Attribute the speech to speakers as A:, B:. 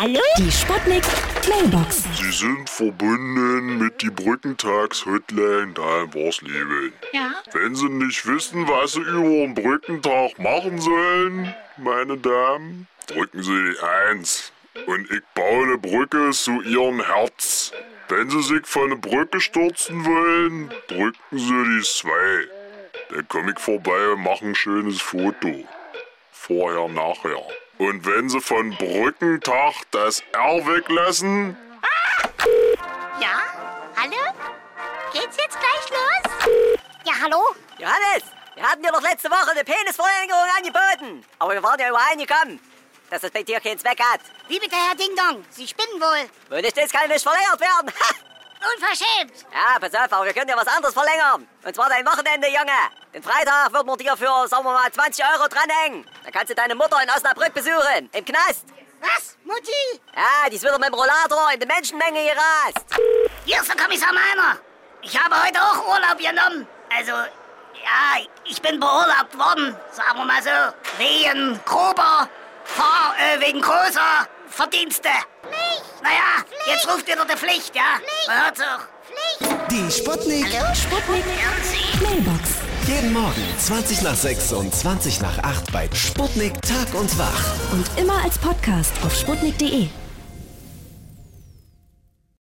A: Hallo?
B: Die Sputnik Mailbox.
C: Sie sind verbunden mit die Brückentags-Hotline Daimworsleben.
A: Ja?
C: Wenn Sie nicht wissen, was Sie über den Brückentag machen sollen, meine Damen, drücken Sie die 1. Und ich baue eine Brücke zu Ihrem Herz. Wenn Sie sich von der Brücke stürzen wollen, drücken Sie die 2. Dann komme ich vorbei und mache ein schönes Foto. Vorher, nachher. Und wenn Sie von Brückentag das R weglassen,
A: Ja? Hallo? Geht's jetzt gleich los? Ja, hallo?
D: Johannes, wir hatten dir doch letzte Woche eine Penisverlängerung angeboten. Aber wir waren ja übereingekommen, dass das bei dir keinen Zweck hat.
A: Wie bitte, Herr Ding Dong? Sie spinnen wohl.
D: Wenn nicht ist, kann nicht verlängert werden. Ha!
A: Unverschämt.
D: ja, pass auf, aber wir können dir was anderes verlängern. Und zwar dein Wochenende, Junge. Den Freitag wird man dir für, sagen wir mal, 20 Euro dranhängen. Dann kannst du deine Mutter in Osnabrück besuchen, im Knast.
A: Was, Mutti?
D: Ja, die ist wieder mit dem Rollator in die Menschenmenge gerast.
A: Hier ist der Kommissar Meiner. Ich habe heute auch Urlaub genommen. Also, ja, ich bin beurlaubt worden, sagen wir mal so. Wegen grober, Fahr, äh, wegen großer Verdienste. Pflicht. Naja, jetzt ruft wieder die Pflicht, ja? Pflicht. Man hört's auch.
E: Die Sputnik.
B: Sputnik Mailbox.
E: Jeden Morgen 20 nach 6 und 20 nach 8 bei Sputnik Tag und Wach.
B: Und immer als Podcast auf sputnik.de.